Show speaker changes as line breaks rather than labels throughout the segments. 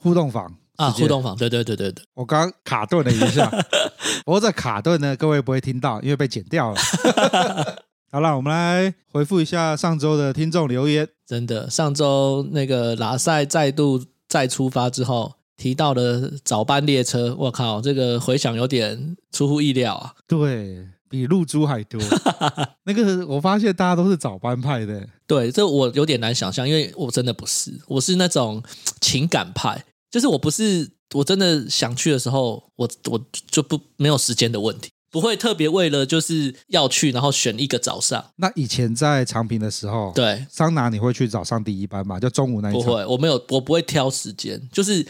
互动房
啊，
时间
互动。房，对对对对对，
我刚刚卡顿了一 下，不过这卡顿呢，各位不会听到，因为被剪掉 了。好了，我们来回复一下上周的听众留言。
真的，上周那个拉塞再度再出发之后提到的早班列车，我靠，这个回响有点出乎意料啊，
对比露珠还 多，那个我发现大家都是早班派的，
对，这我有点难想象，因为我真的不是，我是那种情感派，就是我不是我真的想去的时候，我我就不没有时间的问题，不会特别为了就是要去，然后选一个早上，
那以前在长平的时候，，
对，
桑拿你会去早上第一班嘛？就中午那一
不
场。
会，我没有，我不会挑时间，就是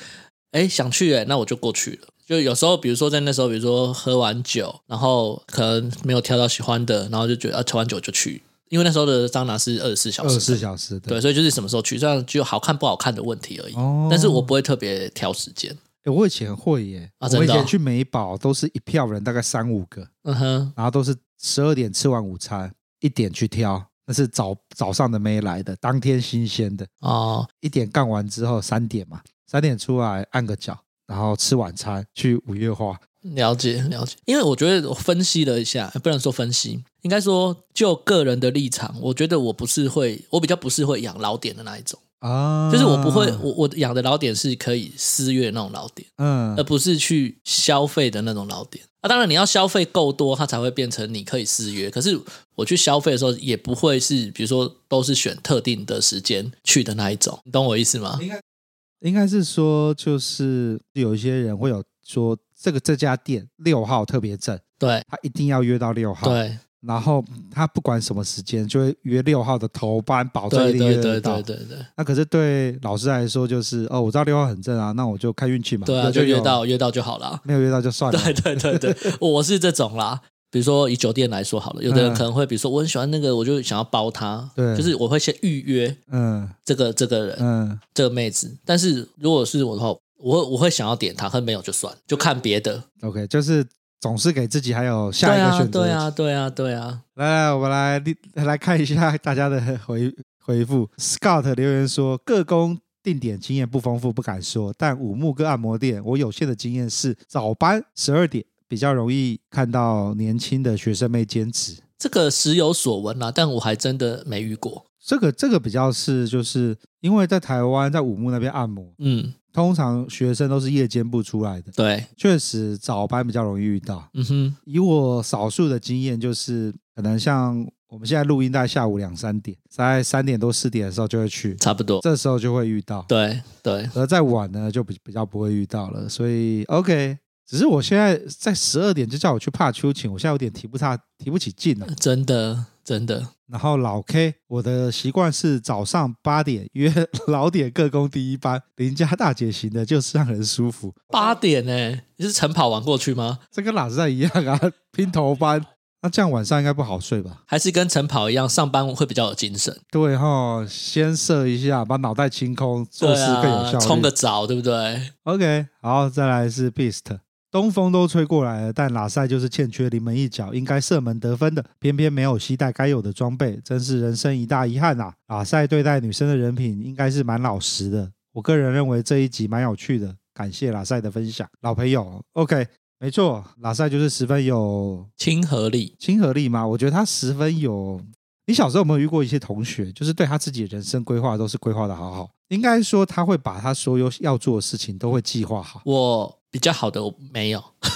哎想去哎，那我就过去了。就有时候，比如说在那时候，比如说喝完酒，然后可能没有挑到喜欢的，然后就觉得啊，喝完酒就去，因为那时候的桑拿是二十四小
二
时，
十四小时的。
对，所以就是什么时候去，这样只有好看不好看的问题而已。
哦
但是我不会特别挑时间。
诶我以前会耶，
啊
我以
真的哦
前去美宝都是一票人，大概三五个，
嗯哼，
然后都是十二点吃完午餐，一点去挑，那是早早上的没来的，当天新鲜的，
哦，
一点干完之后三点嘛，三点出来按个脚，然后吃晚餐，去五月花。
了解了解，因为我觉得我分析了一下，呃不能说分析，应该说就个人的立场，我觉得我不是会，我比较不是会养老点的那一种。
啊，
就是我不会，我我养的老点是可以私约那种老点，
嗯
而，不是去消费的那种老点。啊，当然你要消费够多，它才会变成你可以私约。可是我去消费的时候，也不会是比如说都是选特定的时间去的那一种，你懂我意思吗？
应该是说就是有一些人会有说这个这家店六号特别正，
对
他一定要约到六号，，
对
然后他不管什么时间就会约六号的头班，保证一
对
哦定约
对
得
对
到
对。对对
那可是对老师来说，就是哦，我知道六号很正啊，那我就看运气嘛，
对啊，
有
就约
有，
到约到就 好了。
没有约到就算了。
对对 对对，我是这种啦。比如说以酒店来说好了，有的人
嗯
可能会比如说我很喜欢那个，我就想要包他，
对
就是我会先预约
嗯
这个这个人，
嗯，
这个妹子，但是如果是我的话，我会我会想要点她，和没有就算，就看别的。
OK，就是总是给自己还有
对
下一个
啊，
选择。
对啊，对啊，对啊，
来来，我们来来看一下大家的回回复。Scott 留言说，各工定点经验不丰富，不敢说，但五木各按摩店，我有限的经验是早班十二点比较容易看到年轻的学生妹兼职。
这个时有所闻啦、但我还真的没遇过。
这个这个比较是，就是因为在台湾，在五木那边按摩，
嗯，
通常学生都是夜间部出来的，
对，
确实早班比较容易遇到。
嗯哼，
以我少数的经验，就是可能像我们现在录音，大概下午两三点，在三点多四点的时候就会去，
差不多。
这时候就会遇到。
对对，
而再晚呢，就比比较不会遇到了。所以 OK，只是我现在在十二点就叫我去怕秋瑾，我现在有点提不差提不起劲了、
真的真的，
然后老 K，我的习惯是早上八点约 老点各工第一班，邻家大姐型的，就是让人舒服。
八点呢、你是晨跑完过去吗？
这跟老师在一样啊， 拼头班。那这样晚上应该不好睡吧？
还是跟晨跑一样，上班会比较有精神？
对哈、先设一下，把脑袋清空，做
对
事更有
啊
效，率。
冲个澡，对不对？
OK，好，再来是 Beast。东风都吹过来了，但拉塞就是欠缺临门一脚，应该射门得分的，偏偏没有携带该有的装备，真是人生一大遗憾啊！拉塞对待女生的人品应该是蛮老实的，我个人认为这一集蛮有趣的，感谢拉塞的分享，老朋友。OK，没错，拉塞就是十分有
亲和力，，
亲和力嘛，我觉得他十分有。你小时候有没有遇过一些同学，就是对他自己的人生规划都是规划的好好？应该说他会把他所有要做的事情都会计划好
我比较好的我没有。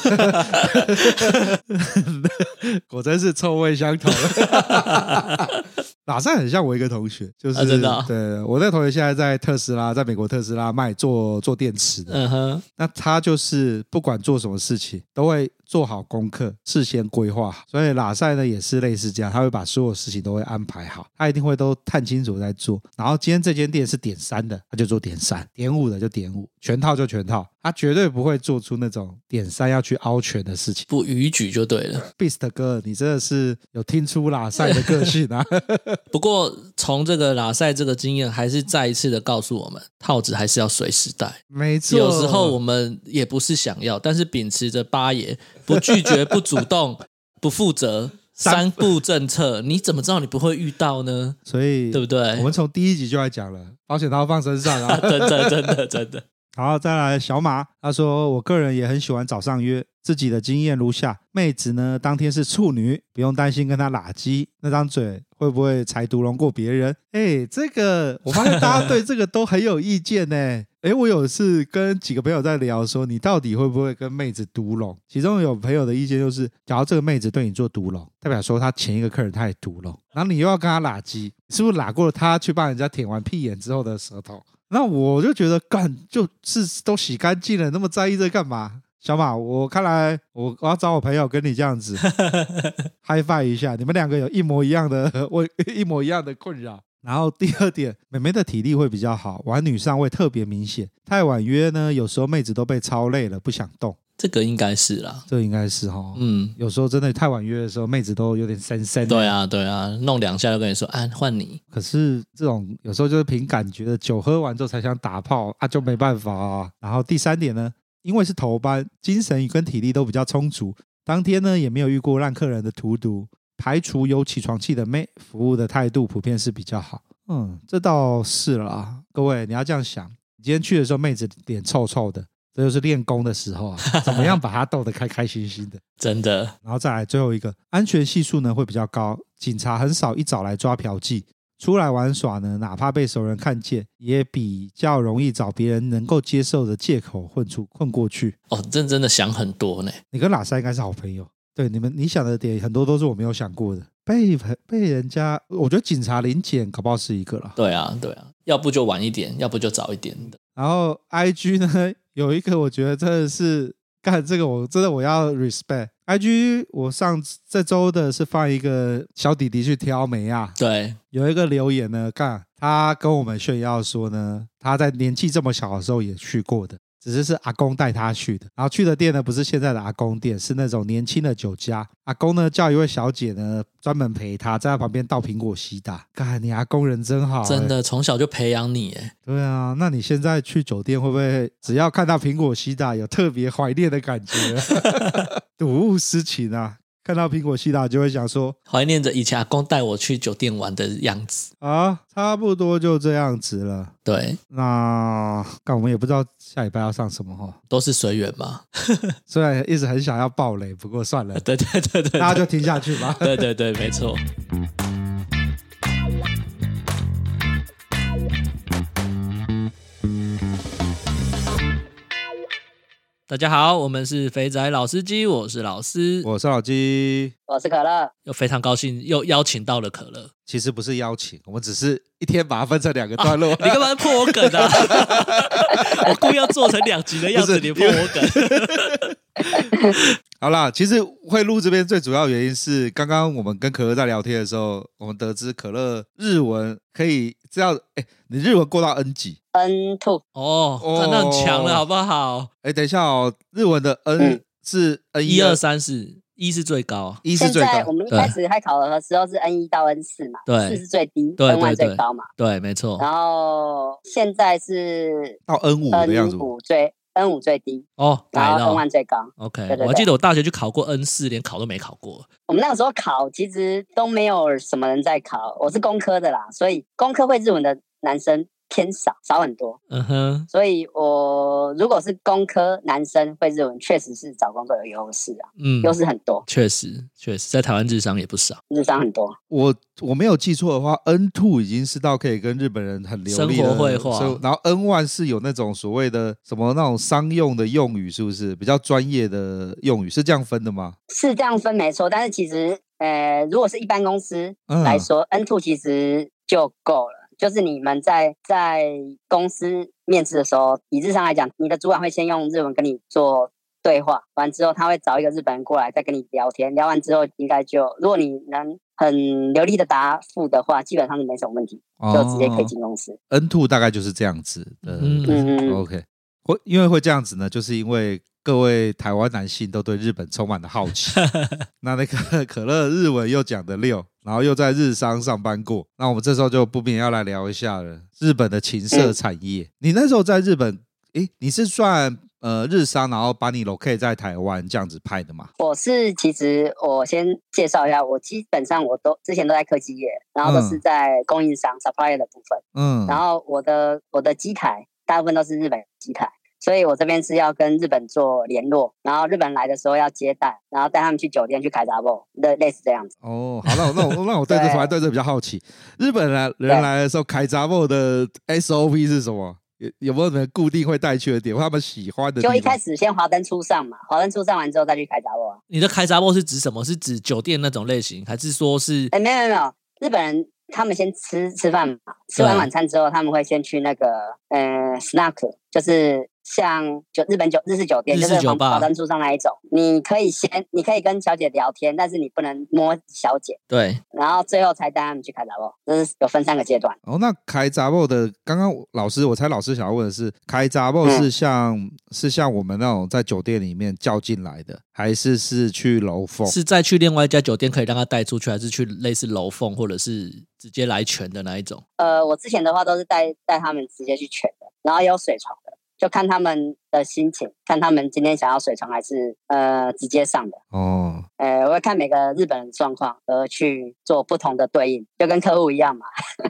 果真是臭味 相投。打上很像我一个同学，就是、
啊真的啊
对我那个同学现在在特斯拉，在美国特斯拉卖做做电池的，
嗯哼，
那他就是不管做什么事情都会做好功课，事先规划好。所以拉塞呢也是类似这样，他会把所有事情都会安排好，他一定会都看清楚再做。然后今天这间店是点三的，他就做点三；点五的就点五，全套就全套。他绝对不会做出那种点三要去凹全的事情。
不逾矩就对了。
Beast 哥，你真的是有听出拉塞的个性啊！
不过从这个拉塞这个经验，还是再一次的告诉我们，套子还是要随时带。
没错，
有时候我们也不是想要，但是秉持着八爷不拒绝、不主 动、不负责三不政策，你怎么知道你不会遇到呢？
所以
对不对
我们从第一集就来讲了，保险套放身上啊
啊。真的真的真的，
然后再来小马，他说我个人也很喜欢早上约，自己的经验如下：妹子呢当天是处女，不用担心跟她拉鸡，那张嘴会不会才毒龙过别人？哎，这个我发现大家对这个都很有意见呢。 哎，我有一次跟几个朋友在聊说，你到底会不会跟妹子独龙？其中有朋友的意见就是，假如这个妹子对你做独龙，代表说她前一个客人她也独龙，然后你又要跟她拉鸡，是不是拉过她去帮人家舔完屁眼之后的舌头？那我就觉得干就是都洗干净了，那么在意这干嘛？小马，我看来我我要找我朋友跟你这样子嗨翻一下，你们两个有一模一样的我一模一样的困扰。然后第二点，美眉的体力会比较好，玩女上位特别明显。太晚约呢，有时候妹子都被超累了，不想动，
这个应该是啦。
这应该是哈。
嗯，
有时候真的太晚约的时候，妹子都有点深深。
对啊对啊，弄两下就跟你说，啊，换你。
可是这种有时候就是凭感觉的，酒喝完之后才想打炮啊，就没办法啊。然后第三点呢，因为是头班，精神跟体力都比较充足，当天呢也没有遇过让客人的荼毒，排除有起床气的妹，服务的态度普遍是比较好。嗯，这倒是啦，各位你要这样想，你今天去的时候妹子脸臭臭的，这就是练功的时候啊，怎么样把她逗得开开心心的。
真的，
然后再来最后一个，安全系数呢会比较高，警察很少一早来抓嫖妓。出来玩耍呢，哪怕被熟人看见，也比较容易找别人能够接受的借口混出混过去。
哦，认真的想很多呢。
你跟拉萨应该是好朋友，对你们你想的点很多都是我没有想过的。被被人家，我觉得警察临检搞不好是一个啦。
对啊，对啊，要不就晚一点，要不就早一点的。
然后 I G 呢有一个，我觉得真的是干这个我，真的我要 respect I G。我上这周的是放一个小弟弟去挑眉啊，
对，
有一个留言呢，看他跟我们炫耀说呢，他在年纪这么小的时候也去过的，只是是阿公带他去的。然后去的店呢，不是现在的阿公店，是那种年轻的酒家。阿公呢叫一位小姐呢专门陪他，在他旁边倒苹果西打。干，你阿公人真好、啊
真。的从小就培养你，哎，
对啊，那你现在去酒店会不会只要看到苹果西打，有特别怀念的感觉？ 睹物思情啊，看到苹果西打就会想说，
怀念着以前阿公带我去酒店玩的样子。
啊，差不多就这样子了。
对，
那但我们也不知道下礼拜要上什么哈，
都是随缘嘛。
虽然一直很想要爆雷，不过算了
，对对对对，
大家就听下去吧。
对对对，没错。大家好，我们是肥仔老司机，我是老司，
我是老鸡，
我是可乐，
又非常高兴又邀请到了可乐。
其实不是邀请，我们只是一天把它分成两个段落。
你干嘛破我梗啊？ 我故意要做成两集的样子，
不是
你破我梗。
好啦，其实会录这边最主要原因是，刚刚我们跟可乐在聊天的时候，我们得知可乐日文可以知道，哎，你日文过到 N 几？
N two
哦，看到很强了，好不好？
哎，等一下哦，日文的 N
嗯
是 N
一二，三四，一是最高，
一是
现
最
在
高
我。们一开始开考核的时候是 N 一到 N 四嘛，四
对
是最低
对
，N
对
one
对
最高嘛。
对，没错。
然后现在是
到 N 五的样子
N 五最 N 五最低，
哦，
然
来
后 N
了
one 最高。
，OK
对。对
我还记得我大学去考过 N 四，连考都没考过。
我们那个时候考其实都没有什么人在考，我是工科的啦，所以工科会日文的男生偏少，少很多。
嗯哼，
所以我如果是工科男生会日文，确实是找工作有优势啊，
嗯，
优势很多，
确实确实，在台湾智商也不 少，
日商很多。
我我没有记错的话，N two 已经是到可以跟日本人很流利的
生活会话
所以然后 N one 是有那种所谓的什么那种商用的用语，是不是比较专业的用语？是这样分的吗？
是这样分没错，但是其实呃，如果是一般公司
嗯
来说、n two 其实就够了。就是你们在在公司面试的时候，理智上来讲，你的主管会先用日文跟你做对话，完之后他会找一个日本人过来再跟你聊天，聊完之后应该就，如果你能很流利的答复的话，基本上是没什么问题，就直接可以进公司。
哦 N two 大概就是这样子的。
嗯
嗯
OK，会因为会这样子呢，就是因为各位台湾男性都对日本充满了好奇。那那个可乐日文又讲的溜， 然后又在日商上班过，那我们这时候就不免要来聊一下了。日本的情色产
嗯
业，你那时候在日本，诶，你是算呃日商，然后把你 locate 在台湾这样子拍的嘛？
我是其实我先介绍一下，我基本上我都之前都在科技业，然后都是
嗯
在供应商 supplier 的部分，
嗯，
然后我的我的机台大部分都是日本机台，所以我这边是要跟日本做联络，然后日本来的时候要接待，然后带他们去酒店去开杂货，类类似这样子。
哦，好，那我那我那我对这
对
突然对这比较好奇， 日本来人来的时候，凯杂莫的 SOP 是什么？有有没有什么固定会带去的点，或他们喜欢的地
就
方？
一开始先华灯初上嘛，华灯初上完之后再去开杂货啊。
你的开闸货是指什么？是指酒店那种类型，还是说是
哎，没有没有没有，日本人他们先吃吃饭嘛，吃完
对
晚餐之后，他们会先去那个呃 snack，就是像酒日本酒日式酒店，
日
就
式
是
酒
黄
吧
华灯初上那一种。你可以先你可以跟小姐聊天，但是你不能摸小姐，
对
然后最后才带他们去开杂货，这是有分三个阶段。
哦，那凯杂莫的，刚刚老师，我猜老师想要问的是，凯杂莫是像、是像我们那种在酒店里面叫进来的，还是是去楼缝？
是再去另外一家酒店可以让他带出去，还是去类似楼缝或者是直接来全的那一种？
呃，我之前的话都是带带他们直接去全的，然后也有水床的，就看他们的心情，看他们今天想要水床还是呃直接上的。
哦，
呃，我会看每个日本人的状况而去做不同的对应，就跟客户一样嘛。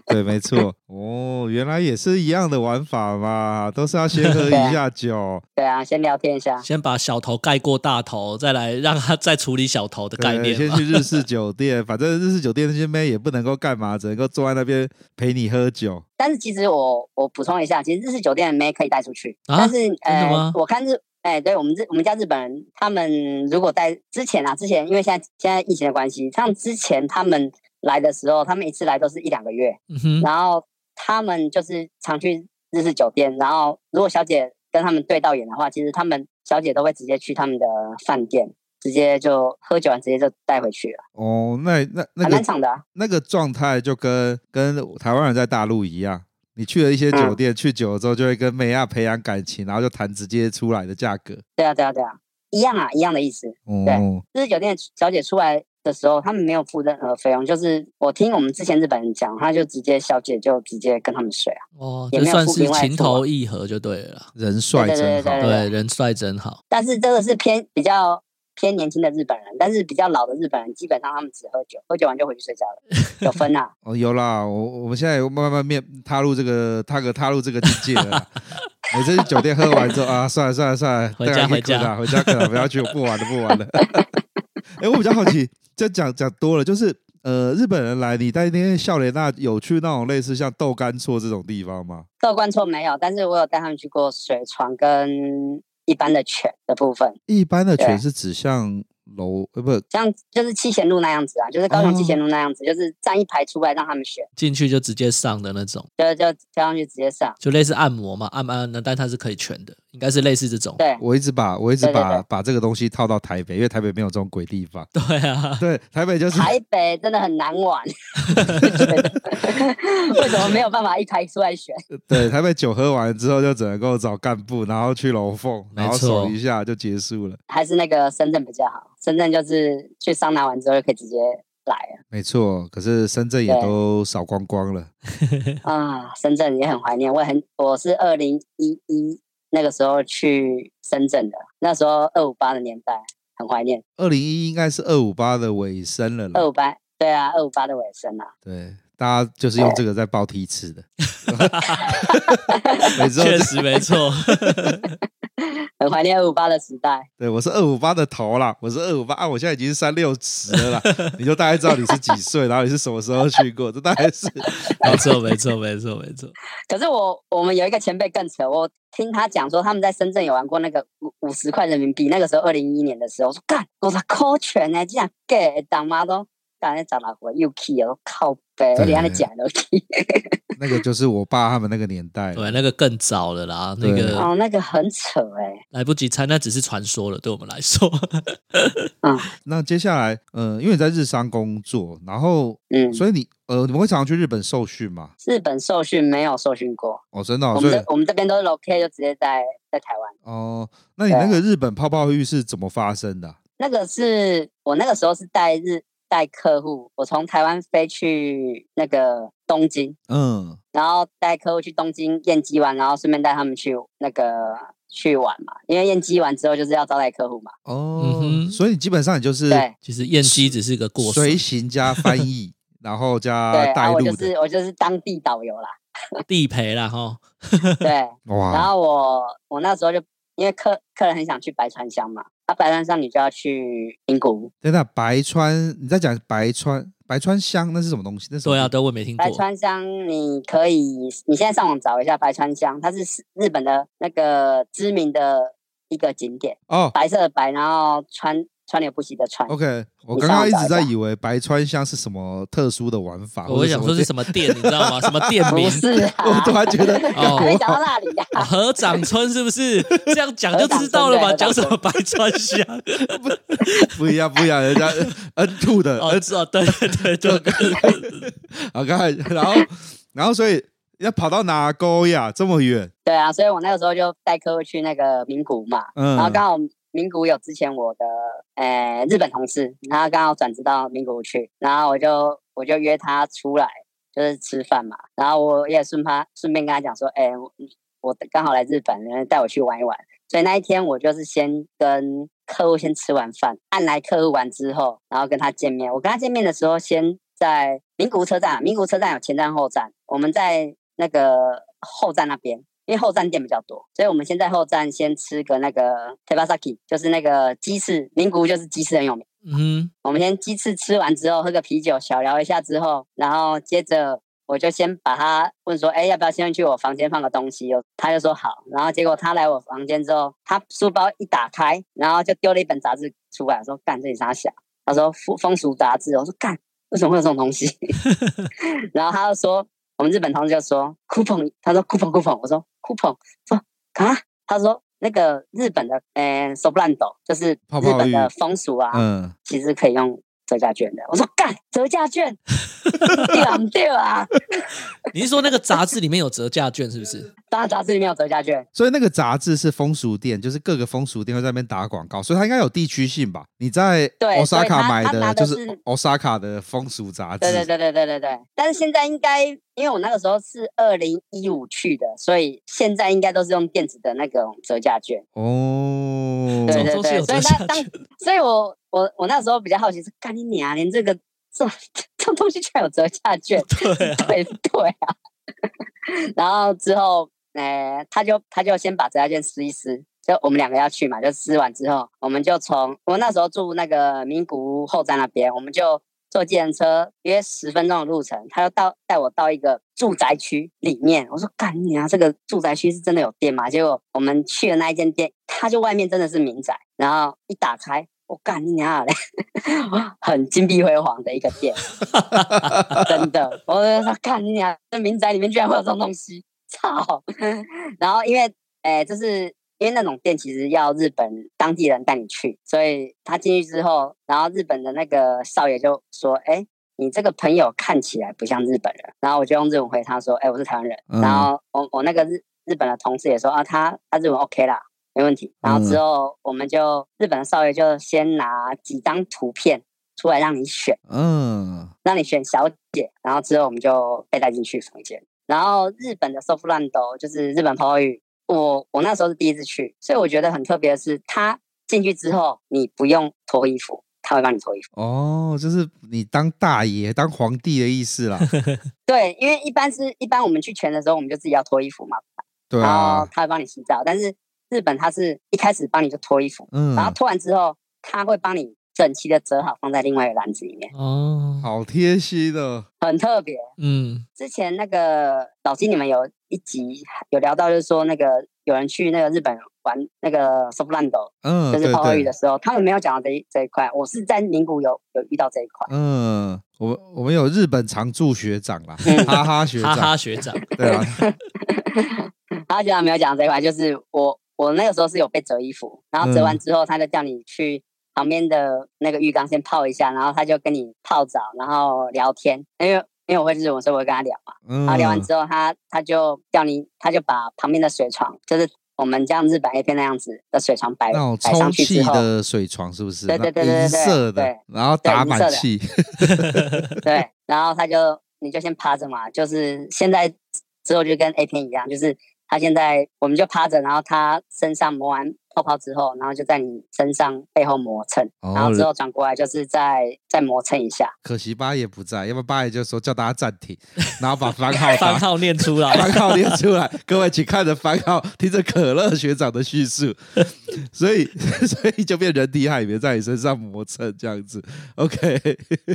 对，没错。哦，原来也是一样的玩法嘛，都是要先喝一
对啊
下 酒，
对啊，先聊天一下。
先把小头盖过大头，再来让他再处理小头的啊概
对，
念
先
嘛。
去日式酒店，反正日式酒店那些妹也不能够干嘛，只能够坐在那边陪你喝酒。
但是其实我我补充一下，其实日式酒店的妹可以带出去，
啊
但是
真的吗
呃，我看日。哎，对我们日我们家日本人，他们如果在之前啊，之前因为现在现在疫情的关系，像之前他们来的时候，他们一次来都是一两个月，
嗯哼，
然后他们就是常去日式酒店，然后如果小姐跟他们对到眼的话，其实他们小姐都会直接去他们的饭店，直接就喝酒完直接就带回去了，
哦，那那那
还
个
蛮长的啊、
那个状态就跟跟台湾人在大陆一样，你去了一些
嗯
酒店，去久了之后就会跟美亚培养感情，然后就谈直接出来的价格。
对啊，对啊，对啊，一样啊，一样的意思。
哦
对，日式酒店小姐出来的时候，他们没有付任何费用，就是我听我们之前日本人讲，他就直接小姐就直接跟他们睡啊。
哦，
也
这
没有
算
付
是
另外
情
付啊
投意合就对了啦。
人帅真好
对。
对，啊人帅真好。
但是这个是偏比较偏年轻的日本人，但是比较老的日本人，基本上他们只喝酒，喝酒完就回去睡觉了，有分 啊。
哦，有啦，我我们现在有慢慢面踏入这个踏个踏入这个境界了啦。每次去酒店喝完之后啊，算了算了算了，
回家
大家可以
回家
困了回家可能不要去，我不玩了不玩了。 哎、我比较好奇，这讲讲多了，就是呃，日本人来，你在那些笑脸那有去那种类似像豆干厝这种地方吗？
豆灌错没有，但是我有带他们去过水床跟一般的犬的部分，
一般的
对
犬是指向楼，呃，不，
像就是七贤路那样子啊，就是高雄
哦
七贤路那样子，就是站一排出来让他们选，
进去就直接上的那种，
就就叫上去直接上。
就类似按摩嘛，按按，但它是可以全的，应该是类似这种。
对，
我一直把我一直
对对
把
对
把这个东西套到台北，因为台北没有这种鬼地方。
对啊，
对，台 北就是
台北真的很难玩， 为什么没有办法一排出来选？
对，台北酒喝完之后就只能够找干部，然后去楼缝，
没
然后
错
守一下就结束了。
还是那个深圳比较好，深圳就是去桑拿完之后就可以直接来 了
没错，可是深圳也
对
都扫光光了。
啊。深圳也很怀念，我也很我是二零一一那个时候去深圳的，那时候二五八的年代，很怀念
二零一应该是二五八的尾声了
二
啦。
五八。对啊，二五八的尾声啊。
对，大家就是用这个在报梯次的。 每次都
确实没 错。
很怀念二五八的时代。
对我是二五八的头啦，我是二五八啊，我现在已经是三六十了啦，你就大概知道你是几岁，然后你是什么时候去过，这大概是
没错，没错，没错，没错。
可是我我们有一个前辈更扯，我听他讲说他们在深圳有玩过那个五五十块人民币，那个时候二零一一年的时候，我说欸干，我的扣拳呢，竟然给当妈都。干那找老婆又 key 哦了，我靠背，我
对
连他讲都 key，
那个就是我爸他们那个年代，
对，那个更早了啦，那
对
个
哦，那个很扯哎、
来不及猜，那只是传说了，对我们来说。
那接下来，呃，因为你在日商工作，然后，
嗯
所以你，呃，你们会常常去日本受训吗？
日本受训没有受训过，
哦，真的、哦，
我
所
们
以
这，我们这边都是 OK，就直接在在台湾。
哦，那
啊
你那个日本泡泡浴是怎么发生的啊、
那个是我那个时候是带日带客户，我从台湾飞去那个东京，
嗯，
然后带客户去东京验机完，然后顺便带他们去那个去玩嘛，因为验机完之后就是要招待客户嘛。
哦
嗯，哼
所以你基本上你就是
对
其实燕姬只是个过水
随行加翻译，然后加
对，然
啊带
后我
路
就
的
是，我就是当地导 游啦。
地陪啦哈，
啊
对，然
哇，
后我我那时候就因为客客人很想去白川乡嘛，啊，白川乡你就要去名古屋，
等等，白川，你在讲白川，白川乡那是什么东西？那是什么
对啊，对我也没听
白
过，
川乡你可以你现在上网找一下白川乡，它是日本的那个知名的一个景点，
哦
白色的白，然后川川流不息的川。
，OK，我
你
刚
上
刚
网
一
找
直
一
在
下
以为白川乡是什么特殊的玩法，
我
或者
想说
么
是什么店，你知道 吗？什么店名
不？是啊，
我突然觉得
哦
没讲到那里呀、
哦河长村是不是？这样讲就知道了嘛？
河
讲
长
什
村对河长村
么白川乡？
不一样，不一样，人家 N two 的
哦，
N
知道，对对对对，
啊，刚才然后然后所以要跑到哪沟呀？这么远，
对啊，所以我那个时候就带客户去那个名古屋嘛，
嗯，
然后刚好名古屋有之前我的呃日本同事，然后刚好转职到名古屋去，然后我就我就约他出来，就是吃饭嘛，然后我也顺他顺便跟他讲说，哎、我我刚好来日本，然后带我去玩一玩。所以那一天我就是先跟客户先吃完饭，按来客户完之后，然后跟他见面。我跟他见面的时候，先在名古屋车站，啊名古屋车站有前站后站，我们在那个后站那边，因为后站店比较多，所以我们先在后站先吃个那个 tebasaki，就是那个鸡翅，名古屋就是鸡翅很有名。
嗯
我们先鸡翅吃完之后，喝个啤酒小聊一下之后，然后接着我就先把他问说，哎，要不要先去我房间放个东西？哦，他就说好，然后结果他来我房间之后，他书包一打开，然后就丢了一本杂志出来，我说干这里啥小？他说风风俗杂志，我说干为什么会有这种东西？ 然后他就说，我们日本同事就说 coupon，他说 coupon coupon，我说 coupon，说啊，他说那个日本的呃 sobrando 就是
泡
日
泡
本
浴
的风俗啊，
嗯，
其实可以用折价券的。我说干折价券，对啊对啊，
你是说那个杂志里面有折价券是不是？
当然杂志里面有折价券，
所以那个杂志是风俗店，就是各个风俗店会在那边打广告，所以它应该有地区性吧？你在
对
Osaka
所以它
买
它拿的
就是 Osaka 的风俗杂志，
对对对对对对对。但是现在应该，因为我那个时候是二零一五去的，所以现在应该都是用电子的那种折价券。
哦，
对
总
对
说是
对
有
所
折
以
价
他当
券，
所以我我我那时候比较好奇是，干你娘，连这个这 这种东西居然有折价券，
对啊，
对对啊。然后之后，呃，他就他就先把折价券撕一撕，就我们两个要去嘛，就撕完之后，我们就从我那时候住那个名古屋后站那边，我们就坐计程车约十分钟的路程，他就到带我到一个住宅区里面。我说：“干你啊，这个住宅区是真的有店吗？”结果我们去的那一间店，它就外面真的是民宅，然后一打开。我干你啊 嘞！很金碧辉煌的一个店，真的，我就说看你俩这民宅里面居然会有这种东西，操！然后因为，哎、就是因为那种店其实要日本当地人带你去，所以他进去之后，然后日本的那个少爷就说：“哎、你这个朋友看起来不像日本人。”然后我就用日文回他说：“哎、我是台湾人。
嗯
然后我我那个日日本的同事也说：“啊，他他日文 OK 啦。”没问题。然后之后，我们就日本的少爷就先拿几张图片出来让你选，
嗯，
让你选小姐，然后之后我们就被带进去房间。然后日本的 soft land 就是日本泡泡浴，我我那时候是第一次去，所以我觉得很特别的是，他进去之后你不用脱衣服，他会帮你脱衣服。
哦，就是你当大爷、当皇帝的意思啦，
对，因为一般是一般我们去全的时候，我们就自己要脱衣服嘛，
对
然后
啊，
他会帮你洗澡。但是日本他是一开始帮你就脱衣服，
嗯
然，后脱完之后他会帮你整齐的折好，放在另外一个篮子里面，
哦，
好贴心哦的，
很特别。
嗯，
之前那个老金，你们有一集有聊到，就是说那个有人去那个日本玩那个 s o f l a n d
嗯，
就
对
是泡泡浴的
对，
时候，他们没有讲到这一这一块。我是在名古有有遇到这一块，
嗯，我们我们有日本常驻学长啦，
嗯
哈哈学
哈哈
长，
学长，
对啊， 嗯
他居然没有讲这一块，就是我我那个时候是有被折衣服，然后折
嗯
完之后，他就叫你去旁边的那个浴缸先泡一下，然后他就跟你泡澡，然后聊天，因为因为我会日文，所以我会跟他聊嘛。
嗯
然后聊完之后，他他就叫你，他就把旁边的水床，就是我们像日本 A 片那样子的水床摆
那种
摆上
充
去
气
之后，
的水床是不是？
对对对对
那银
对对
色的
对，
然后打满气，
对，然后他就你就先趴着嘛，就是现在之后就跟 A 片一样，就是他现在我们就趴着，然后他身上磨完泡泡之后，然后就在你身上背后磨蹭，
哦
然后之后转过来就是再再磨蹭一下。
可惜八爷不在，要不然八爷就说叫大家暂停，然后把 番号
番
打
号念出 来，
番号列出来，各位请看着番号，听着可乐学长的叙述，所以 所以就变人体海绵在你身上磨蹭这样子。OK，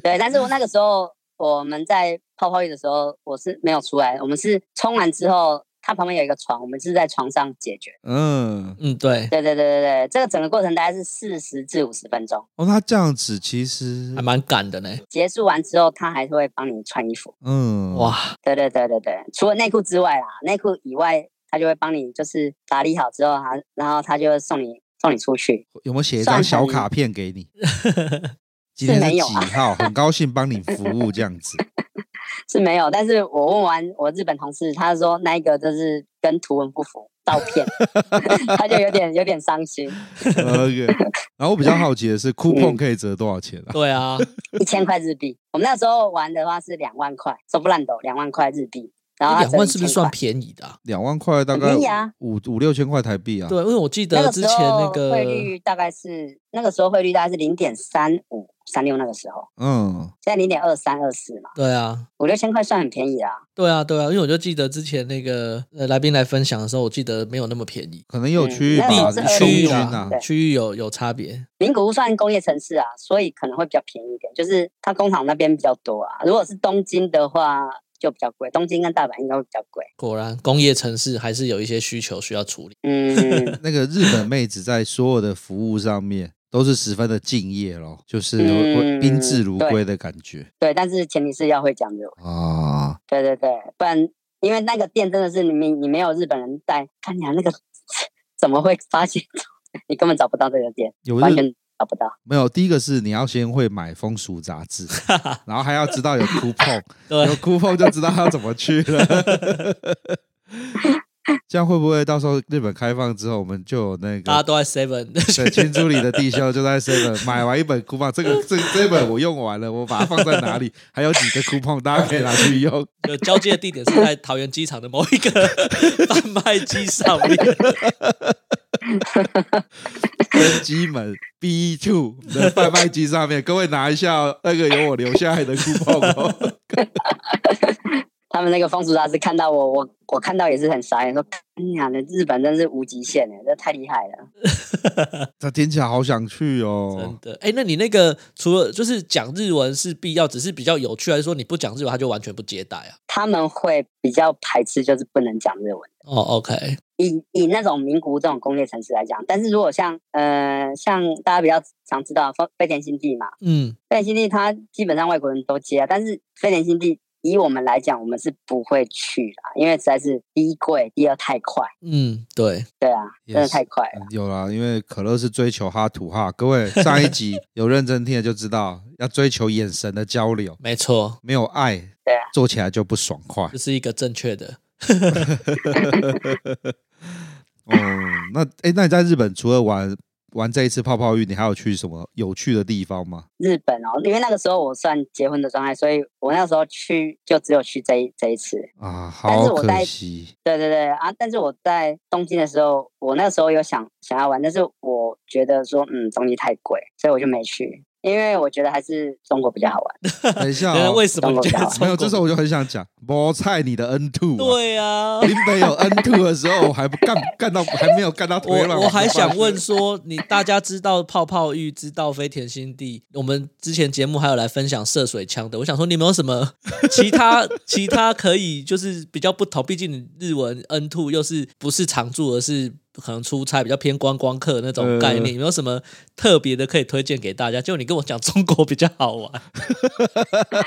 对，但是我那个时候我们在泡泡浴的时候，我是没有出来，我们是冲完之后，他旁边有一个床，我们是在床上解决。
嗯，
嗯，对，
对对对对对，这个整个过程大概是四十至五十分钟。
哦，那这样子其实
还，蛮赶的呢，
结束完之后，他还是会帮你穿衣服。
嗯，
哇，
对对对对对，除了内裤之外啦，内裤以外，他就会帮你就是打理好之后，他然后他就会送你送你出去。
有没有写一张小卡片给你？今天是几号？很高兴帮你服务这样子。
是没有，但是我问完我日本同事，他说那一个就是跟图文不符，照片， 他就有点有点伤心，
OK，然后我比较好奇的是，coupon 可以折多少钱啊？
对啊，
一千块日币。我们那时候玩的话是两万块，手不烂抖，两万块日币。然后他
两万
折
是不是
1000
算
块
便宜的啊？
两万块大概
很便宜啊
五五六千块台币啊。
对，因为我记
那
得
个
之
时
前那
候
个
汇率大概是那个时候汇率大概是零点三五三六那个时候，
嗯，
现在零点二三二四嘛，
对啊，
五六千块算很便宜啦。
对啊，对啊，因为我就记得之前那个呃来宾来分享的时候，我记得没有那么便宜，
可能也有区域吧，
嗯那
平
种
区
均
域
是二
啊，
零对。
区域有有差别，
名古屋算工业城市啊，所以可能会比较便宜一点，就是它工厂那边比较多啊。如果是东京的话，就比较贵，东京跟大阪应该会比较贵。
果然工业城市还是有一些需求需要处理。
嗯
那个日本妹子在所有的服务上面都是十分的敬业咯，就是
嗯
会宾至如归的感觉
对，但是前提是要会讲日文。
啊。
对对对，不然因为那个店真的是你没你没有日本人带，看你啊那个 怎么会发现？ 你根本找不到这个店，
有
完
日
全找不到。
没有？第一个是你要先会买风俗杂志， 然后还要知道有 coupon，有
对，
coupon 就知道要怎么去了。 这样会不会到时候日本开放之后，我们就有那
大家
个
都在 Seven，
对青竹里的弟兄就在 seven 买完一本 coupon，这个这这本我用完了，我把它放在哪里？还有几个 coupon 大家可以拿去用。
有交接的地点是在桃园机场的某一个贩卖机上面。
登机门 B two 的贩卖机上面，各位拿一下哦那个有我留下来 的 coupon 哦。
他们那个风俗大师看到我，我我看到也是很傻眼，说：“你呀，那日本真是无极限哎，这太厉害了。
这听起来好想去哦
真。的，哎、那你那个除了就是讲日文是必要，只是比较有趣，还是说你不讲日文他就完全不接待啊？”
他们会比较排斥，就是不能讲日文。
哦，OK，
以以那种名古屋这种工业城市来讲，但是如果像呃像大家比较常知道丰飞田新地嘛，
嗯，
飞田新地它基本上外国人都接啊，但是飞田新地以我们来讲，我们是不会去啦，因为实在是第一贵，第二太快，
嗯，对，
对啊，
也
真的
是
太快了。
嗯有啦，因为可乐是追求哈土哈。各位上一集有认真听的就知道，要追求眼神的交流，
没错，
没有爱
对啊，
做起来就不爽快
这。是一个正确的。
哦，那哎，那你在日本除了玩玩这一次泡泡浴，你还有去什么有趣的地方吗？
日本哦，因为那个时候我算结婚的状态，所以我那时候去就只有去这一这一次。
啊，
但
好
是我在
可惜。
对对对啊！但是我在东京的时候，我那时候有想想要玩，但是我觉得说，嗯，东京太贵，所以我就没去，因为我觉得还是中国比较好玩。
等一 下
那
哦，
为什么你觉得中
没有，
国
这时候我就很想讲，菠菜你的 N two、
对啊，
林北有 N two 的时候，我还不干干到还没有干到腿软，
我我还想
不
问说，你大家知道泡泡浴，知道飞田新地， 我们之前节目还有来分享射水枪的。我想说，你有没有什么 其他其他可以就是比较不同？毕竟你日文 N two 又是不是常驻，而是可能出差比较偏观光客那种概念，
呃
有没有什么特别的可以推荐给大家？就你跟我讲中国比较好玩，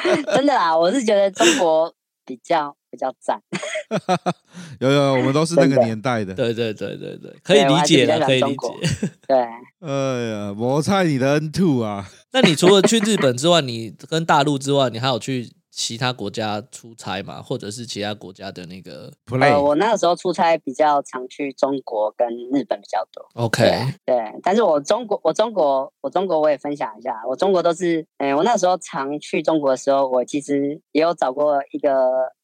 真的啦，我是觉得中国比较比较赞，
有有，有我们都是那
真
个
的
年代的。
对对对对对，可以
对我
理
还是
解
比较喜
了，
欢
可以理
中国
解。
对，
哎呀，摩擦你的 N two 啊！
那你除了去日本之外，你跟大陆之外，你还有去其他国家出差吗？或者是其他国家的那个
呃，
play，
我那个时候出差比较常去中国跟日本比较多，
OK
对，但是我中国，我中国，我中国我也分享一下，我中国都是，嗯、我那时候常去中国的时候，我其实也有找过一个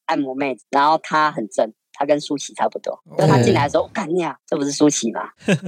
按摩妹子，然后她很正，她跟舒淇差不多，
哦
就她进来的时候，我干你啊，这不是舒 淇吗？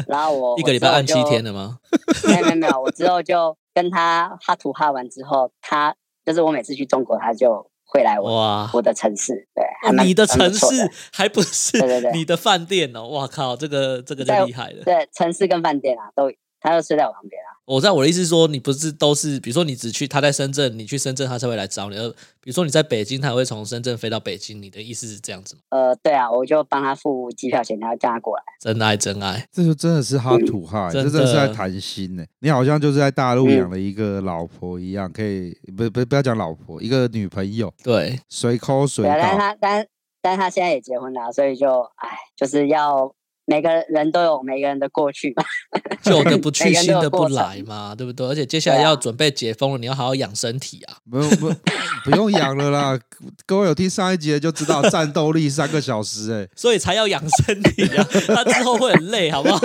然后我
一个礼拜按七天
的，
的吗？
没有没有没有，我之后就跟她哈图哈完之后，她就是我每次去中国，她就会来我
哇！
我的城市，对，还
哦
蛮
你的
蛮不
城
错的
市还不是
对对对
你的饭店哦，哇靠，这个这个就
在
厉害了。
对城市跟饭店啊，都她就睡在我旁边啊，
我知道我的意思是说，你不是都是，比如说你只去他在深圳，你去深圳他才会来找你，而比如说你在北京，他会从深圳飞到北京。你的意思是这样子吗？
呃，对啊，我就帮她付机票钱，然后叫她过来。
真爱，真爱，
这就真的是哈土哈，这
真的
真的是在谈心呢。你好像就是在大陆养了一个老婆一样，可以不不不要讲老婆，一个女朋友，
对，
随抠随
对啊，但是
到。
他但但是他现在也结婚了啊，所以就唉，就是要每个人都有每个人的过去吧。
旧的不去，
每个人
新
都有
的不
过程
来 嘛，对不对？而且接下来
对啊
要准备解封了，你要好好养身体啊。
不用不 不用养了啦，各位有听上一集的就知道战斗力三个小时哎、
所以才要养身体啊，他之后会很累，好不好？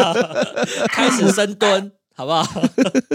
开始深蹲，好不好？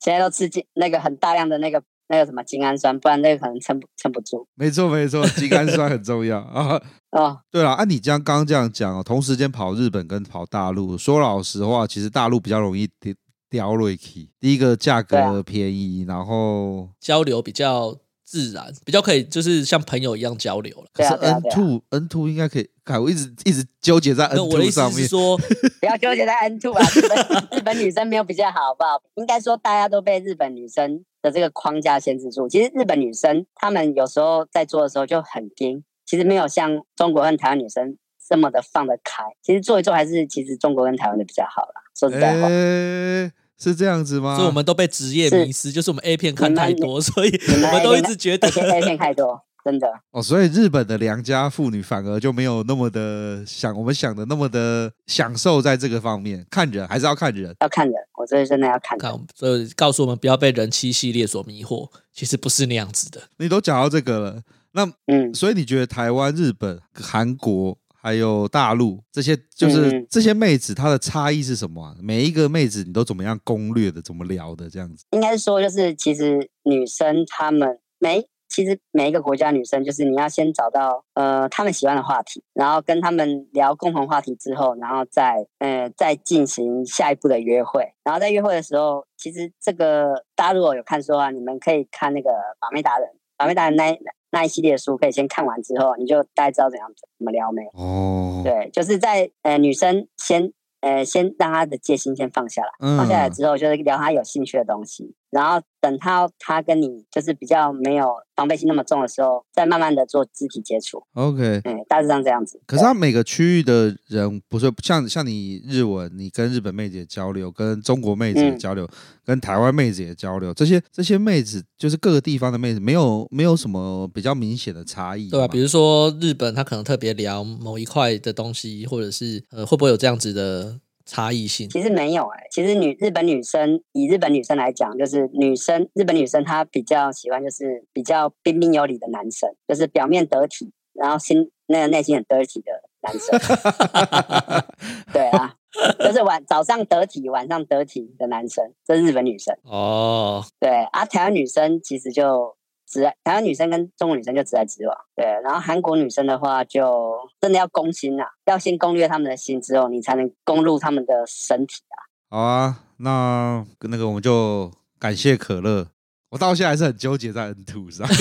现在都吃进那个很大量的那个那个什么精氨酸，不然那个可能撑不撑不住
没错没错，肌酐酸很重要 啊。
哦。
对了，按、你这样刚刚这样讲哦，同时间跑日本跟跑大陆，说老实话，其实大陆比较容易掉掉瑞奇。第一个价
对
格
啊
便宜，然后
交流比较自然，比较可以就是像朋友一样交流了。
可
对
是
啊对啊
N
对啊
two N two 应该可以，看我一直一直纠结在 N
那我的意
two
思
呃上
是
面。
说，
不要纠结在 N two 啊，日本日本女生没有比较好，好不好？应该说大家都被日本女生的这个框架限制住。其实日本女生她们有时候在做的时候就很硬，其实没有像中国跟台湾女生这么的放得开。其实做一做还是其实中国跟台湾的比较好啦。说实在话，
哎，是这样子吗？
所以我们都被职业迷失，就是我们 A 片看太多，所以
你
我
们
们都一直觉得
而且 A 片太多，真的。
哦，所以日本的良家妇女反而就没有那么的想我们想的那么的享受在这个方面，看人还是要看人。
要看人，我这是真的要 看人。
看，所以告诉我们不要被人妻系列所迷惑，其实不是那样子的。
你都讲到这个了，那
嗯，
所以你觉得台湾、日本、韩国还有大陆这些，就是、
嗯嗯
这些妹子她的差异是什么、啊？每一个妹子你都怎么样攻略的，怎么聊的这样子？
应该是说就是，其实女生她们每其实每一个国家女生，就是你要先找到呃她们喜欢的话题，然后跟她们聊共同话题之后，然后再呃再进行下一步的约会。然后在约会的时候，其实这个大家如果有看书啊，你们可以看那个《把妹达人》，《把妹达人那》那一系列的书，可以先看完之后，你就大概知道怎样怎么撩妹。
哦，
对，就是在呃女生先呃先让她的戒心先放下来，放下来
嗯，
之后就是聊她有兴趣的东西，然后等她她跟你就是比较没有防备心那么重的时候，再慢慢的做肢体接触，
，OK。
嗯，大致上这样子。
可是他每个区域的人不是像像你日文，你跟日本妹子也交流，跟中国妹子也
嗯
交流，跟台湾妹子也交流，这些这些妹子就是各个地方的妹子，没有没有什么比较明显的差异嘛，
对啊，比如说日本，他可能特别聊某一块的东西，或者是呃，会不会有这样子的差异 性？
其实没有哎、其实女日本女生以日本女生来讲，就是女生日本女生她比较喜欢就是比较彬彬有礼的男生，就是表面得体，然后心那个内心很 dirty 的男生。对啊， 就是晚早上得体，晚上得体的男生，这是日本女生。
哦，
对啊，台湾女生其实就直来，台湾女生跟中国女生就直来直往。对，然后韩国女生的话，就真的要攻心啊，要先攻略他们的心之后，你才能攻入他们的身体啊。
好啊，那那个我们就感谢可乐。我到现在还是很纠结在 N two 上，
啊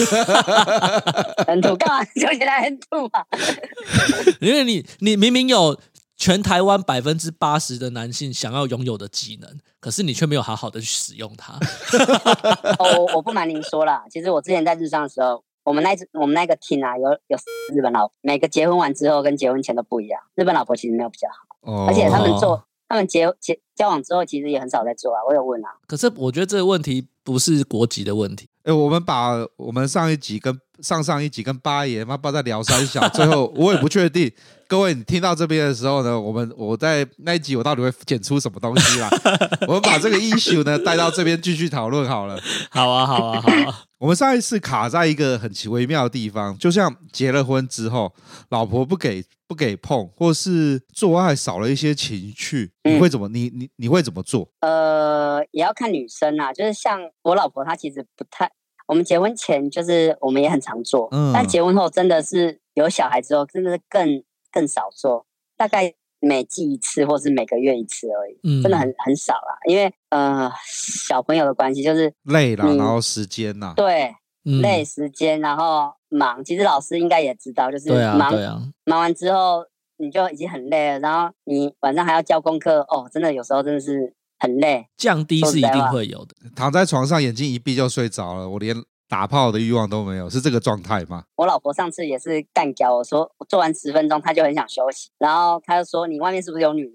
很土干嘛 就起来很土啊？
因为你你明明有全台湾百分之八十的男性想要拥有的技能，可是你却没有好好的去使用它。
哦，我我不瞒您说啦，其实我之前在日上的时候。我们那一支我们那个 team 啊，有有日本老每个结婚完之后跟结婚前都不一样。日本老婆其实没有比较好，
哦
而且他们
哦
做他们结结交往之后，其实也很少在做啊。我有问啊，
可是我觉得这个问题不是国籍的问题，
哎、我们把我们上一集跟上上一集跟八爷妈爸在聊三小，最 后我也不确定。各位，你听到这边的时候呢，我们我在那一集我到底会剪出什么东西 啦？我们把这个 issue 呢带到这边继续讨论好了。
好啊，好啊，好啊，
我们上一次卡在一个很奇微妙的地方，就像结了婚之后，老婆不给不给碰，或是做爱少了一些情趣，你
嗯
会怎么？你你你会怎么做？
呃，也要看女生啊。就是像我老婆，她其实不太，我们结婚前就是我们也很常做，
嗯
但结婚后真的是有小孩之后，真的是更更少做，大概每季一次或是每个月一次而已，
嗯，
真的很很少啦。因为呃，小朋友的关系，就是
累啦，
嗯
然后时间呐、
对
嗯
累时间，然后忙。其实老师应该也知道，就是
对啊，
忙
对啊，
忙完之后你就已经很累了，然后你晚上还要交功课，哦，真的有时候真的是很累。
降低是一
啊
定会有的。
躺在床上，眼睛一闭就睡着了，我连打炮的欲望都没有，是这个状态吗？
我老婆上次也是干掉我说，我做完十分钟她就很想休息，然后她就说你外面是不是有女人？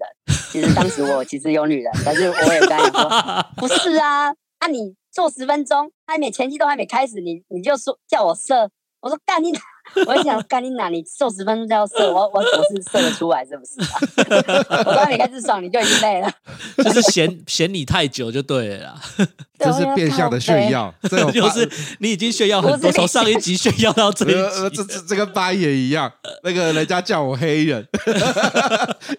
其实当时我其实有女人，但是我也跟她讲说不是啊，那、你做十分钟还没前期都还没开始，你你就说叫我射，我说干你娘。 我就想干你哪？你做十分钟就要射，我我我是射得出来是不是、啊？ 我都还没开始爽，你就已经累了。
就是嫌 嫌你太久就对了啦，
对
这
我
是
要
变相
靠
的炫
背
耀，这 种
就
八
是你已经炫耀很多，
我是
从上一集炫耀到这
呃呃
一
这
集，
这这跟八爷一样， 那个人家叫我黑人，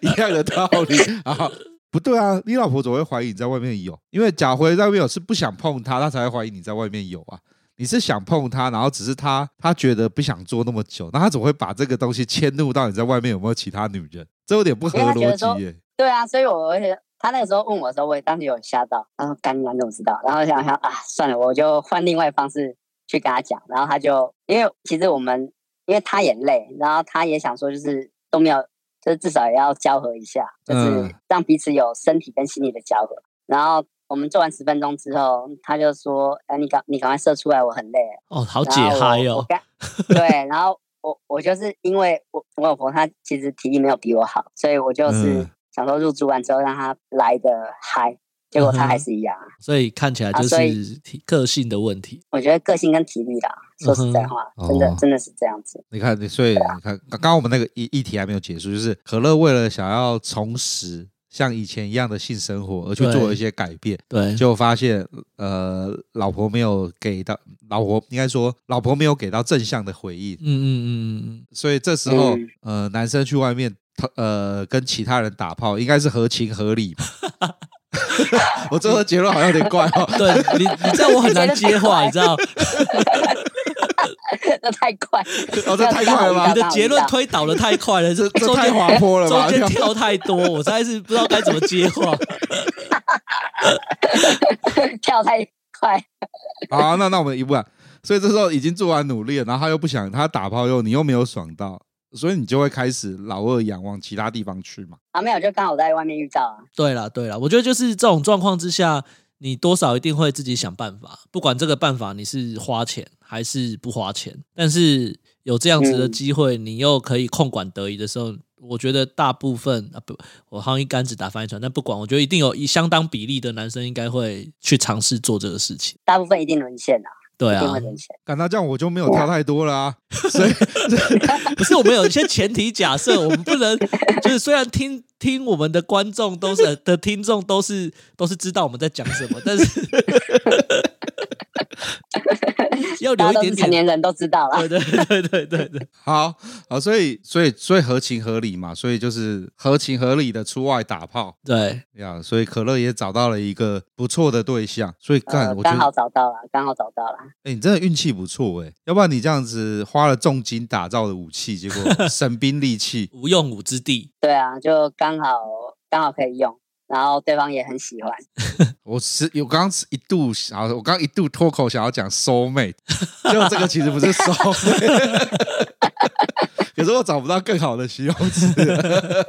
一样的道理啊。不对啊，你老婆总会怀疑你在外面有，因为假回在外面有是不想碰她，她才会怀疑你在外面有啊。你是想碰她，然后只是她她觉得不想做那么久，那她总会把这个东西迁怒到你在外面有没有其他女人，这有点不合
因为她觉
逻
得说
辑耶。
对啊，所以我而且他那个时候问我的时候，我也当时有吓到，然后干你娘怎么知道？然后想想啊，算了，我就换另外方式去跟他讲。然后他就因为其实我们因为他也累，然后他也想说就是都没有，就是至少也要交合一下，就
嗯
是让彼此有身体跟心理的交合。然后我们做完十分钟之后，他就说：“哎、你赶你赶快射出来，我很累了。”
哦，好解
然后
嗨
我我
哦，
刚对，然后我我就是因为我我老婆她其实体力没有比我好，所以我就是
嗯
想说入住完之后让她来的嗨，结果
嗯
她
哼
还是一样啊。
所以看起来就
啊所以
是体个性的问题。
我觉得个性跟体力啦，说实在
嗯哼
话，真的、
哦
真的是这样子。
你看，你所以你看，刚刚我们那个议议题还没有结束，就是可乐为了想要重拾像以前一样的性生活，而去
对
做一些改变，
对，
就发现呃，老婆没有给到老婆，应该说老婆没有给到正向的回应
嗯，嗯嗯
所以这时候、
嗯
呃，男生去外面呃跟其他人打炮，应该是合情合理 嘛。我最后的结论好像有点怪哦
嗯，， 对你你这样我很难接话，你知道，
那太 快，
哦这太快了 吧
你的结论推
推
导的太快了，
这这
中
太
间
滑坡了吧
中？ 间跳太多，我实在是不知道该怎么接话。
跳太快，
好，那那我们一步啊。所以这时候已经做完努力了，然后他又不想，他打炮又你又没有爽到，所以你就会开始老二痒往其他地方去嘛。
啊没有，就刚好在外面遇到啊。
对啦，对啦，我觉得就是这种状况之下，你多少一定会自己想办法，不管这个办法你是花钱还是不花钱，但是有这样子的机会，你又可以控管得宜的时候，我觉得大部分啊不，我好像一竿子打翻一船，但不管，我觉得一定有一相当比例的男生应该会去尝试做这个事情。
大部分一定沦陷啊，
对
一定
啊
会，沦陷。
感到这样我就没有跳太多了啊，所以
不是我们有一些前提假设，我们不能就是虽然听听我们的观众都是的听众都是都是知道我们在讲什么，但是要留
大
一
家都
点
是
点。
成年人都知道啦。
对对对对对对，
好好，所以所以所以合情合理嘛，所以就是合情合理的出外打炮
对
呀。所以可乐也找到了一个不错的对象，所以干、
呃
我觉
刚
得
好找到了，刚好找到了。
哎、你真的运气不错哎、要不然你这样子花了重金打造的武器，结 果神兵利器，
无用武之地，
对啊，就刚好刚好可以用，然后对方也很喜欢。
我是我刚刚是一度想，我刚刚一度脱口想要讲 soul mate，就这个其实不是 soul mate，可是我找不到更好的形容词了。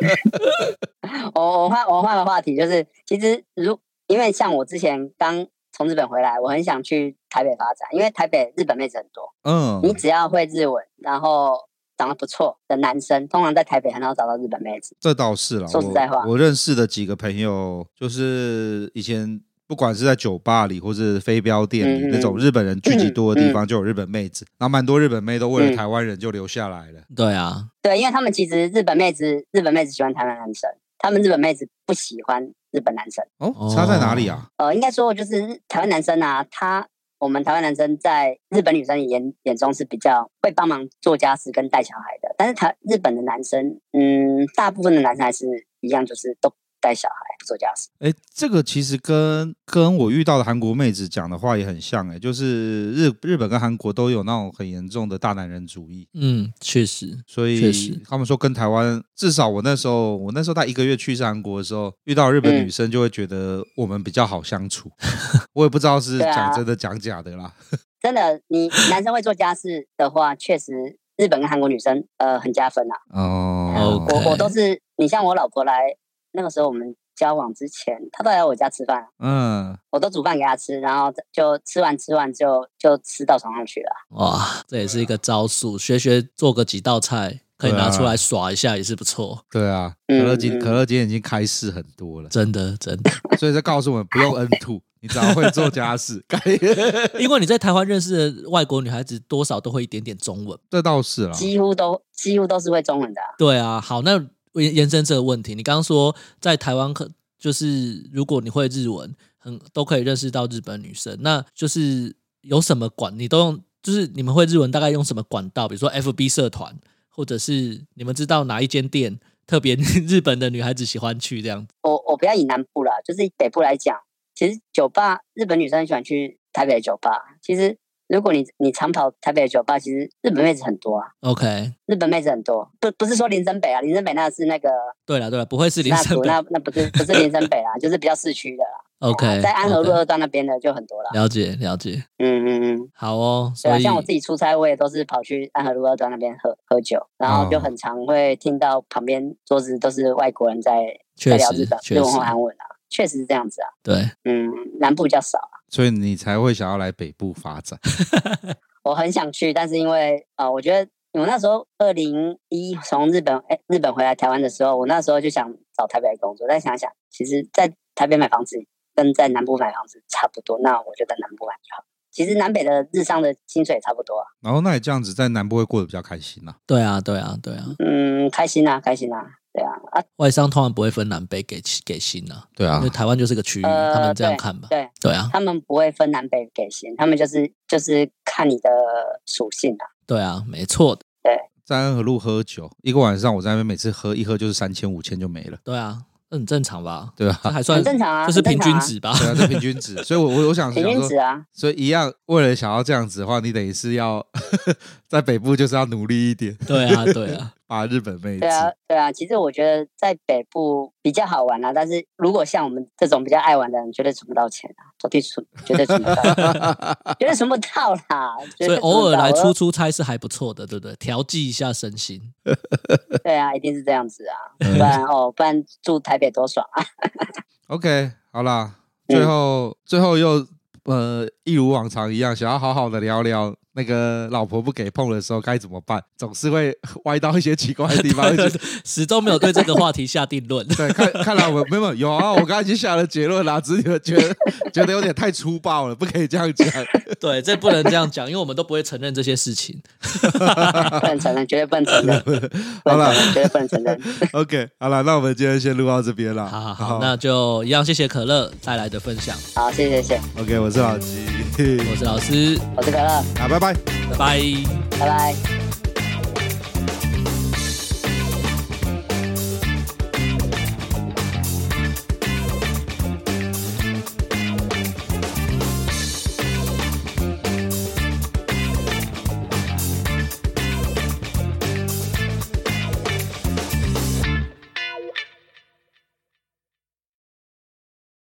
我我换我换个话题，就是其实如因为像我之前刚从日本回来，我很想去台北发展，因为台北日本妹子很多，
嗯，
你只要会日文，然后长得不错的男生，通常在台北很少找到日本妹子。
这倒是了。
说实在话
我，我认识的几个朋友，就是以前不管是在酒吧里或是飞镖店里、
嗯嗯
那种日本人聚集多的地方，就有日本妹子，然后蛮多日本妹都为了
嗯
台湾人就留下来了。
对啊，
对，因为他们其实日本妹子，日本妹子喜欢台湾男生，他们日本妹子不喜欢日本男生。
哦，差在哪里啊？
呃，应该说就是台湾男生啊，他我们台湾男生在日本女生眼眼中是比较会帮忙做家事跟带小孩的，但是台日本的男生，嗯，大部分的男生还是一样，就是都不带小孩不做家事。
哎，这个其实跟跟我遇到的韩国妹子讲的话也很像哎、就是日日本跟韩国都有那种很严重的大男人主义，
嗯，确实，
所
确
以
实
他们说跟台湾，至少我那时候我那时候大概一个月去一次韩国的时候，遇到日本
嗯
女生就会觉得我们比较好相处， 我也不知道是
对啊
讲真的讲假的啦。
真的，你男生会做家事的话，确实日本跟韩国女生呃很加分啊。
哦
OK
我我都是，你像我老婆来那个时候我们交往之前，她都来我家吃饭啊，
嗯，
我都煮饭给她吃，然后就吃完吃完就就吃到床上去了。啊
哇，这也是一个招数，学学做个几道菜，可以
对啊
拿出来耍一下，也是不错。
对啊，可
嗯
乐今
嗯
可乐今天已经开示很多了，
真的，真的，
所以这告诉我们不用 N two，你只要会做家 事，该
因为你在台湾认识的外国女孩子，多少都会一点点中文。
这倒是啦。
几乎都几乎都是会中文的啊、
对啊，好，那延延伸这个问题，你刚刚说在台湾可就是如果你会日文，很都可以认识到日本女生，那就是有什么管你都用，就是你们会日文大概用什么管道？比如说 FB 社团，或者是你们知道哪一间店特别日本的女孩子喜欢去这样子？
我我不要以南部啦，就是以北部来讲，其实酒吧日本女生很喜欢去台北的酒吧。其实如果你你常跑台北的酒吧，其实日本妹子很多啊，
OK，
日本妹子很多。不不是说林森北啊，林森北那是那个
对了对了，不会是林
那
森北
那那不是不是林森北 啊，就是比较市区的啦。
？OK，
在安和路
OK，
二段那边的就很多啦。
了解了解，
嗯嗯嗯。
好哦，
对
所
啊，
以
像我自己出差，我也都是跑去安和路二段那边喝喝酒，然后就
哦
很常会听到旁边桌子都是外国人在在
确
聊日
实
本日
确
文
实
或韩文啊，确实是这样子啊。
对，
嗯，南部比较少啊，
所以你才会想要来北部发展。
我很想去，但是因为呃，我觉得我那时候二零一从日本哎日本回来台湾的时候，我那时候就想找台北的工作，但想想其实在台北买房子跟在南部买房子差不多，那我就在南部买就好。其实南北的日商的薪水也差不多啊，
然后那你这样子在南部会过得比较开心呐、
对啊对啊对啊，
嗯，开心啊，开心啊，对啊，啊，
外商通常不会分南北给给薪啊。
对啊
因为台湾就是个区域，
呃
他们这样看吧。
对
对啊，
他们不会分南北给薪，他们就是就是看你的属性啊，
对啊，没错的，
在安和路喝酒，一个晚上我在那边每次喝一喝就是三千五千就没了，
对啊，这很正常吧？
对吧、
这还算
很正常啊，
这是
很
平
正常
均
啊，
值吧？
对啊，这平均值。所以我，我我想
平
想
均值
说，
啊，
所以一样，为了想要这样子的话，你等于是要 在北部就是要努力一点，
对啊，对 啊，
把日本妹子
对。啊，对啊，其实我觉得在北部比较好玩啦、但是如果像我们这种比较爱玩的人，绝对存不到钱啊，绝对存，绝对存不到，绝对存不到啦。绝
所以
对存不
偶尔
到
来
我
出出差是还不错的，对不对？调剂一下身心。
对啊，一定是这样子啊，
嗯
不然哦，不然住台北多爽啊！
OK，好啦，
嗯
最后、最后又呃一如往常一样，想要好好的聊聊那个老婆不给碰的时候该怎么办，总是会歪到一些奇怪的地方，而且
始终没有对这个话题下定 论。
对，看看来我们没有有啊，我刚才已经下了结论啦，只是你们觉得觉得有点太粗暴了，不可以这样讲。
对，这不能这样讲，因为我们都不会承认这些事情。
啊 不能承认，绝对不能 承认，不
好
能
了
承认，绝对不能承认。
OK，好了，那我们今天先录到这边了。
好好好，那就一样，谢谢可乐带来的分享，
好，谢谢谢谢，
OK，我是老吉，
我是老师，
我是可乐，
好，拜拜。
拜拜。
拜拜。